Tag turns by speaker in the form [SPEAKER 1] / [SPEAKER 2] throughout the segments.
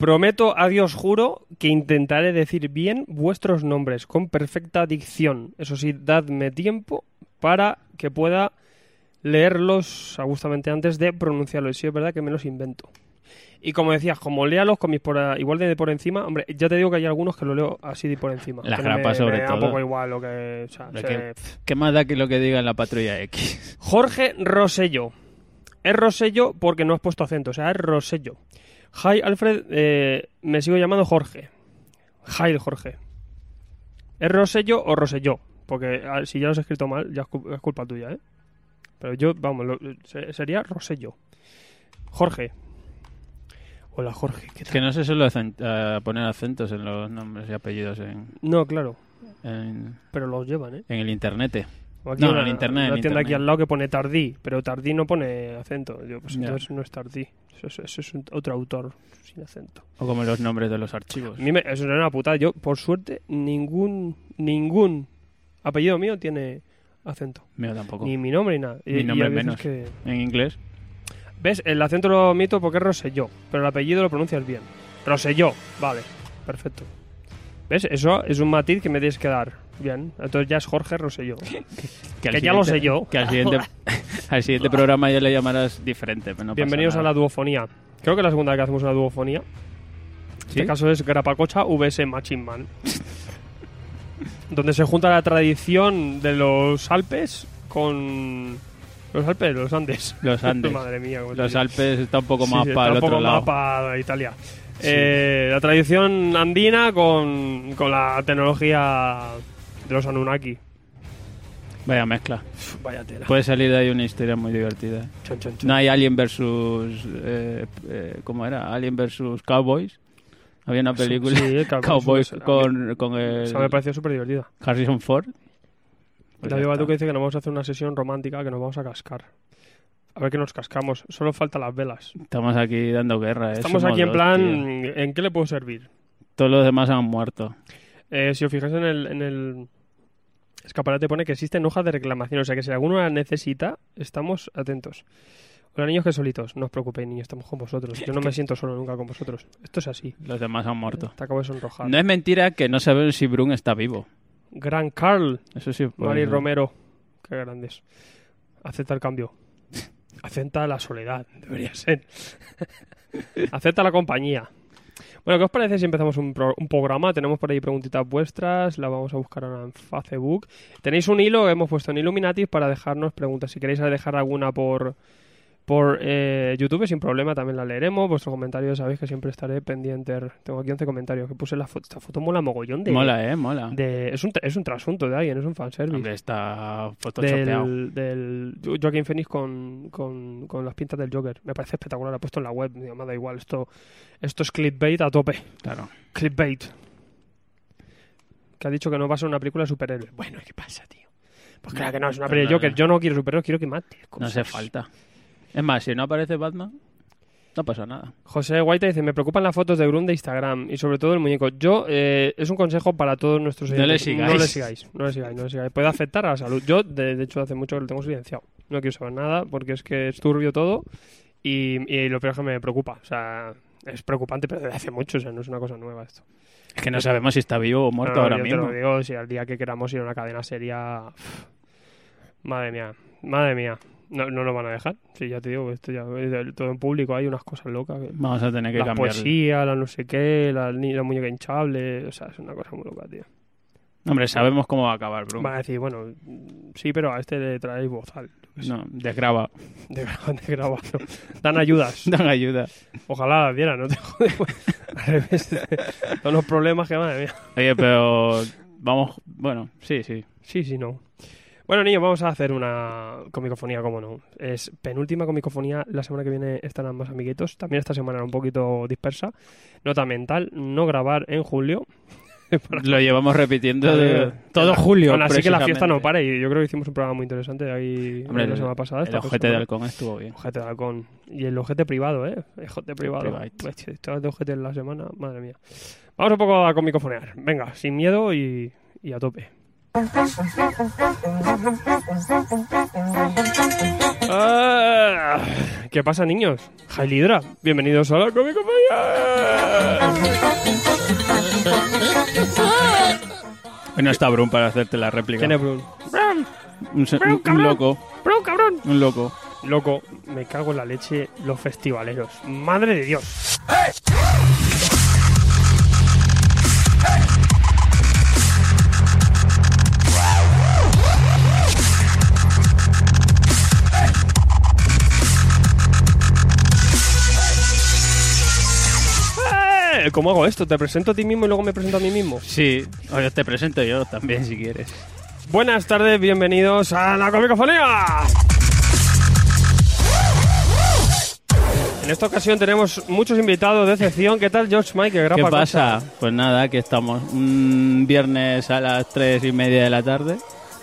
[SPEAKER 1] Prometo a Dios juro que intentaré decir bien vuestros nombres con perfecta dicción. Eso sí, dadme tiempo para que pueda leerlos justamente antes de pronunciarlos. Sí, es verdad que me los invento. Y como decías, como léalos con mis por, igual de por encima, hombre, ya te digo que hay algunos que lo leo así de por encima.
[SPEAKER 2] La
[SPEAKER 1] que
[SPEAKER 2] grapa
[SPEAKER 1] me-
[SPEAKER 2] sobre
[SPEAKER 1] me da un
[SPEAKER 2] todo.
[SPEAKER 1] poco igual lo que... o sea,
[SPEAKER 2] Hombre,
[SPEAKER 1] se-
[SPEAKER 2] ¿qué, qué más da que lo que diga en la patrulla X?
[SPEAKER 1] Jorge Rosello. Es Rosello porque no has puesto acento, o sea, es Rosello. Hi, Alfred, eh, me sigo llamando Jorge. Hi, Jorge. ¿Es Rosello o Rosselló? Porque ah, si ya lo has escrito mal, ya es cul- es culpa tuya, ¿eh? Pero yo, vamos, lo- se- sería Rosello. Jorge. Hola, Jorge. ¿qué
[SPEAKER 2] Es
[SPEAKER 1] tal?
[SPEAKER 2] que no se suele acen- eh, poner acentos en los nombres y apellidos en,
[SPEAKER 1] No, claro,
[SPEAKER 2] en,
[SPEAKER 1] pero los llevan, ¿eh?
[SPEAKER 2] en el internet.
[SPEAKER 1] O
[SPEAKER 2] No, en internet,
[SPEAKER 1] Una
[SPEAKER 2] en
[SPEAKER 1] tienda
[SPEAKER 2] internet.
[SPEAKER 1] aquí al lado que pone Tardí, pero Tardí no pone acento. Yo, pues
[SPEAKER 2] Ya.
[SPEAKER 1] entonces no es Tardí. Eso, es- eso es un- otro autor sin acento.
[SPEAKER 2] O como los nombres de los archivos.
[SPEAKER 1] A mí me- eso era una putada. Yo, por suerte, ningún ningún apellido mío tiene acento.
[SPEAKER 2] Mío tampoco.
[SPEAKER 1] Ni mi nombre ni nada. Y-
[SPEAKER 2] Oh. Mi
[SPEAKER 1] y
[SPEAKER 2] nombre
[SPEAKER 1] hay veces
[SPEAKER 2] menos.
[SPEAKER 1] que-
[SPEAKER 2] En inglés.
[SPEAKER 1] ¿Ves? El acento lo omito porque es Roselló, pero el apellido lo pronuncias bien. Roselló, vale, perfecto. ¿Ves? Eso es un matiz que me tienes que dar. Bien, entonces ya es Jorge Roselló.
[SPEAKER 2] al
[SPEAKER 1] Que ya lo
[SPEAKER 2] siguiente-
[SPEAKER 1] sé yo.
[SPEAKER 2] Que al siguiente, al siguiente programa ya le llamarás diferente. pero no pasa
[SPEAKER 1] Bienvenidos a
[SPEAKER 2] nada.
[SPEAKER 1] la duofonía. Creo que es la segunda vez que hacemos una duofonía.
[SPEAKER 2] ¿Sí?
[SPEAKER 1] Este caso es Garapacocha vs Machine Man. donde se junta la tradición de los Alpes con. Los Alpes, los Andes.
[SPEAKER 2] Los Andes.
[SPEAKER 1] Madre mía, cómo
[SPEAKER 2] Los
[SPEAKER 1] te-
[SPEAKER 2] Alpes está un poco
[SPEAKER 1] Sí,
[SPEAKER 2] más
[SPEAKER 1] sí,
[SPEAKER 2] para el
[SPEAKER 1] está un
[SPEAKER 2] otro
[SPEAKER 1] poco
[SPEAKER 2] lado.
[SPEAKER 1] más para Italia. Eh, la tradición andina con, con la tecnología de los Anunnaki.
[SPEAKER 2] Vaya mezcla.
[SPEAKER 1] Pf, Vaya tela.
[SPEAKER 2] Puede salir de ahí una historia muy divertida.
[SPEAKER 1] Chon, chon, chon.
[SPEAKER 2] No hay Alien versus. Eh, eh, ¿Cómo era? Alien versus Cowboys. Había una
[SPEAKER 1] Sí,
[SPEAKER 2] película.
[SPEAKER 1] sí, el Cowboys
[SPEAKER 2] Cowboys
[SPEAKER 1] versus-
[SPEAKER 2] con, con
[SPEAKER 1] O
[SPEAKER 2] el
[SPEAKER 1] sea, me pareció súper divertida.
[SPEAKER 2] Harrison Ford. Pues
[SPEAKER 1] David
[SPEAKER 2] ya
[SPEAKER 1] Batuque
[SPEAKER 2] está.
[SPEAKER 1] dice que nos vamos a hacer una sesión romántica que nos vamos a cascar. A ver qué nos cascamos. Solo faltan las velas.
[SPEAKER 2] Estamos aquí dando guerra. eh,
[SPEAKER 1] Estamos
[SPEAKER 2] somos
[SPEAKER 1] aquí en
[SPEAKER 2] dos,
[SPEAKER 1] plan,
[SPEAKER 2] tío.
[SPEAKER 1] ¿en qué le puedo servir?
[SPEAKER 2] Todos los demás han muerto.
[SPEAKER 1] Eh, si os fijáis en el, en el escaparate pone que existen hojas de reclamación, o sea que si alguno la necesita, estamos atentos. Hola niños que solitos, no os preocupéis niños, estamos con vosotros. Yo no me siento solo nunca con vosotros. Esto es así.
[SPEAKER 2] Los demás han muerto.
[SPEAKER 1] Te acabo de sonrojar.
[SPEAKER 2] No es mentira que no sabemos si Brun está vivo.
[SPEAKER 1] Gran Carl,
[SPEAKER 2] Eso sí. pues, puede
[SPEAKER 1] Mari
[SPEAKER 2] ser.
[SPEAKER 1] Romero, qué grandes. Acepta el cambio. Acepta la soledad, debería ser. Acepta la compañía. Bueno, ¿qué os parece si empezamos un, pro- un programa? Tenemos por ahí preguntitas vuestras, las vamos a buscar ahora en Facebook. Tenéis un hilo, hemos puesto en Illuminatis para dejarnos preguntas. Si queréis dejar alguna por, por eh, YouTube, sin problema, también la leeremos. Vuestros comentarios sabéis que siempre estaré pendiente. Tengo aquí 11 comentarios que puse la foto. Esta foto mola mogollón de...
[SPEAKER 2] Mola, eh, mola.
[SPEAKER 1] de- es, un, tra- es un trasunto de alguien, es un fanservice
[SPEAKER 2] Hombre, está photoshopeado.
[SPEAKER 1] del, del Jo- Joaquin Phoenix con, con, con las pintas del Joker. Me parece espectacular, lo he puesto en la web, digo, me da igual, esto, esto es clickbait a tope.
[SPEAKER 2] Claro.
[SPEAKER 1] Clickbait. Que ha dicho que no va a ser una película de superhéroes. Bueno, ¿qué pasa, tío? Pues claro que no, es una
[SPEAKER 2] No,
[SPEAKER 1] película de
[SPEAKER 2] no,
[SPEAKER 1] Joker.
[SPEAKER 2] no.
[SPEAKER 1] Yo no quiero superhéroes, quiero que mate.
[SPEAKER 2] No hace falta. Es más, si no aparece Batman, no pasa nada.
[SPEAKER 1] José Guaita dice, me preocupan las fotos de Grun de Instagram y sobre todo el muñeco. Yo, eh, es un consejo para todos nuestros
[SPEAKER 2] No
[SPEAKER 1] oyentes.
[SPEAKER 2] le sigáis.
[SPEAKER 1] No le sigáis, no le sigáis, no le sigáis. Puede afectar a la salud. Yo, de, de hecho, hace mucho que lo tengo silenciado. No quiero saber nada porque es que es turbio todo y, y lo peor es que me preocupa. O sea, es preocupante, pero desde hace mucho, o sea, no es una cosa nueva esto.
[SPEAKER 2] Es que no sabemos si está vivo o muerto
[SPEAKER 1] No,
[SPEAKER 2] ahora
[SPEAKER 1] yo Te
[SPEAKER 2] mismo.
[SPEAKER 1] lo digo, si al día que queramos ir a una cadena sería... Uf, Madre mía, madre mía. No, no lo van a dejar. Sí, ya te digo, esto ya, todo en público hay unas cosas locas. que-
[SPEAKER 2] Vamos a tener que
[SPEAKER 1] la
[SPEAKER 2] cambiar.
[SPEAKER 1] poesía, la no sé qué, la, ni- la muñeca hinchable, o sea, es una cosa muy loca, tío.
[SPEAKER 2] Hombre, sabemos cómo va a acabar, bro.
[SPEAKER 1] Van a decir, bueno, mm, sí, pero a este le traéis bozal,
[SPEAKER 2] No, desgraba.
[SPEAKER 1] de, gra- de grabarlo. Dan ayudas,
[SPEAKER 2] Dan ayuda.
[SPEAKER 1] ojalá las dieran, no te jodes. Al revés, son los problemas que, madre mía.
[SPEAKER 2] Oye, pero vamos, bueno, sí, sí.
[SPEAKER 1] Sí, sí, no. Bueno, niños, vamos a hacer una comicofonía, como no. Es penúltima comicofonía. La semana que viene estarán más amiguitos. También esta semana era un poquito dispersa. Nota mental, no grabar en julio.
[SPEAKER 2] Lo llevamos repitiendo de-
[SPEAKER 1] Eh, la-
[SPEAKER 2] julio.
[SPEAKER 1] bueno, Así que la fiesta no
[SPEAKER 2] precisamente.
[SPEAKER 1] para. Y yo creo que hicimos un programa muy interesante ahí
[SPEAKER 2] Hombre,
[SPEAKER 1] la
[SPEAKER 2] el-
[SPEAKER 1] semana pasada.
[SPEAKER 2] El
[SPEAKER 1] esta
[SPEAKER 2] ojete
[SPEAKER 1] semana.
[SPEAKER 2] de halcón estuvo bien.
[SPEAKER 1] Ojete de halcón. Y el ojete privado, ¿eh? El Ojete privado.
[SPEAKER 2] Private.
[SPEAKER 1] Pues, Estaba de ojete en la semana, madre mía. Vamos un poco a comicofonear. Venga, sin miedo y, y a tope. Ah, ¿Qué pasa, niños? Jailidra, bienvenidos a la comicofonía.
[SPEAKER 2] Hoy no está Brun para hacerte la réplica.
[SPEAKER 1] ¿Quién es Brun? ¡Brun!
[SPEAKER 2] Un, se-
[SPEAKER 1] Brun,
[SPEAKER 2] un- un
[SPEAKER 1] cabrón.
[SPEAKER 2] loco,
[SPEAKER 1] ¡Brun, cabrón!
[SPEAKER 2] un loco.
[SPEAKER 1] Loco, me cago en la leche los festivaleros. Madre de Dios. ¡Eh! ¿Cómo hago esto? ¿Te presento a ti mismo y luego me presento a mí mismo?
[SPEAKER 2] Sí, oye, te presento yo también si quieres.
[SPEAKER 1] Buenas tardes, bienvenidos a la Comicofonía. En esta ocasión tenemos muchos invitados de excepción. ¿Qué tal, George Mike? Que grapa
[SPEAKER 2] ¿Qué
[SPEAKER 1] cosa?
[SPEAKER 2] pasa? Pues nada, que estamos un viernes a las tres y media de la tarde,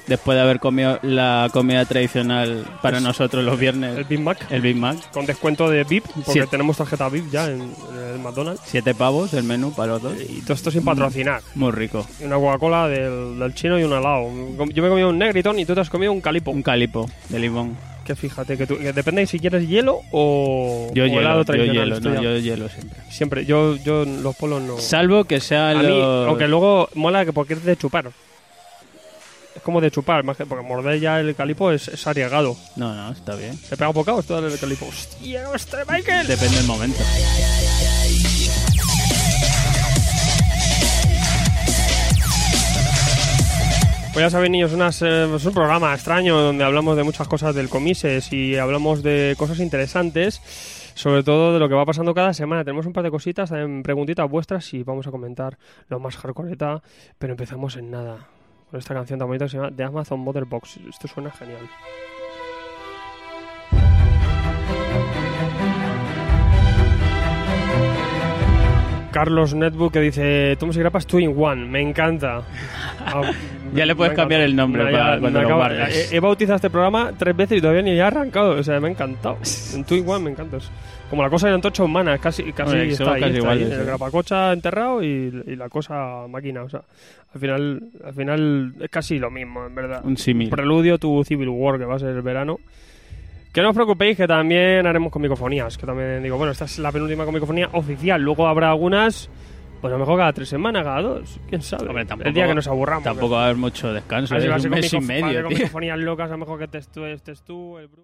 [SPEAKER 2] después de haber comido la comida tradicional para nosotros los
[SPEAKER 1] El
[SPEAKER 2] viernes,
[SPEAKER 1] Big Mac.
[SPEAKER 2] el Big Mac.
[SPEAKER 1] Con descuento de VIP, porque
[SPEAKER 2] Sí.
[SPEAKER 1] tenemos tarjeta VIP ya en, en el McDonald's.
[SPEAKER 2] Siete pavos el menú para los dos.
[SPEAKER 1] Y todo esto sin patrocinar.
[SPEAKER 2] Muy rico.
[SPEAKER 1] Y Una Coca-Cola del, del chino y un helado. Yo me he comido un Negriton y tú te has comido un Calipo.
[SPEAKER 2] Un calipo de limón.
[SPEAKER 1] Que fíjate, que, tú- que depende de si quieres hielo o,
[SPEAKER 2] Yo
[SPEAKER 1] o
[SPEAKER 2] hielo,
[SPEAKER 1] helado
[SPEAKER 2] yo
[SPEAKER 1] tradicional.
[SPEAKER 2] hielo,
[SPEAKER 1] Esto
[SPEAKER 2] no,
[SPEAKER 1] ya-
[SPEAKER 2] yo hielo siempre.
[SPEAKER 1] Siempre, yo, yo los polos no...
[SPEAKER 2] Salvo que sea
[SPEAKER 1] A mí,
[SPEAKER 2] los-
[SPEAKER 1] aunque luego mola que porque es de chupar. Es como de chupar, más que porque morder ya el calipo es, es arriesgado.
[SPEAKER 2] No, no, está bien.
[SPEAKER 1] ¿Se pega un bocado esto del calipo? ¡Hostia, hostia, Michael!
[SPEAKER 2] Depende del momento.
[SPEAKER 1] Pues ya sabéis, niños, unas, eh, es un programa extraño donde hablamos de muchas cosas del comises y hablamos de cosas interesantes, sobre todo de lo que va pasando cada semana. Tenemos un par de cositas, también preguntitas vuestras y vamos a comentar lo más hardcoreta, pero empezamos en nada. Con esta canción tan bonita que se llama The Amazon Mother Box. Esto suena genial. Carlos Netbook que dice Tomos y grapas two in one, me encanta. Ah,
[SPEAKER 2] Ya le puedes
[SPEAKER 1] me
[SPEAKER 2] cambiar
[SPEAKER 1] encanta.
[SPEAKER 2] el nombre
[SPEAKER 1] Me-
[SPEAKER 2] para
[SPEAKER 1] me
[SPEAKER 2] cuando lo
[SPEAKER 1] acaba-
[SPEAKER 2] guardes.
[SPEAKER 1] He, he bautizado este programa tres veces y todavía ni ha arrancado, o sea, me ha encantado. En two in one me encanta. eso. Como la cosa de Antocho Humana, es casi, casi
[SPEAKER 2] Hombre,
[SPEAKER 1] está
[SPEAKER 2] somos
[SPEAKER 1] ahí,
[SPEAKER 2] casi
[SPEAKER 1] está ahí.
[SPEAKER 2] iguales,
[SPEAKER 1] El
[SPEAKER 2] sí.
[SPEAKER 1] grapacocha enterrado y, y la cosa máquina, o sea, al final, al final es casi lo mismo, en verdad.
[SPEAKER 2] Un símil.
[SPEAKER 1] Preludio tu Civil War, que va a ser el verano. Que no os preocupéis, que también haremos comicofonías. Que también digo, bueno, esta es la penúltima comicofonía oficial. Luego habrá algunas, pues a lo mejor cada tres semanas, cada dos. ¿Quién sabe?
[SPEAKER 2] Hombre, tampoco-
[SPEAKER 1] el día que nos aburramos.
[SPEAKER 2] Tampoco va a haber mucho descanso.
[SPEAKER 1] Así
[SPEAKER 2] es
[SPEAKER 1] va a
[SPEAKER 2] un
[SPEAKER 1] ser
[SPEAKER 2] mes y
[SPEAKER 1] comicof- va a ser
[SPEAKER 2] medio, tío.
[SPEAKER 1] comicofonías locas, a lo mejor que estés tú, estés tú, el Bru-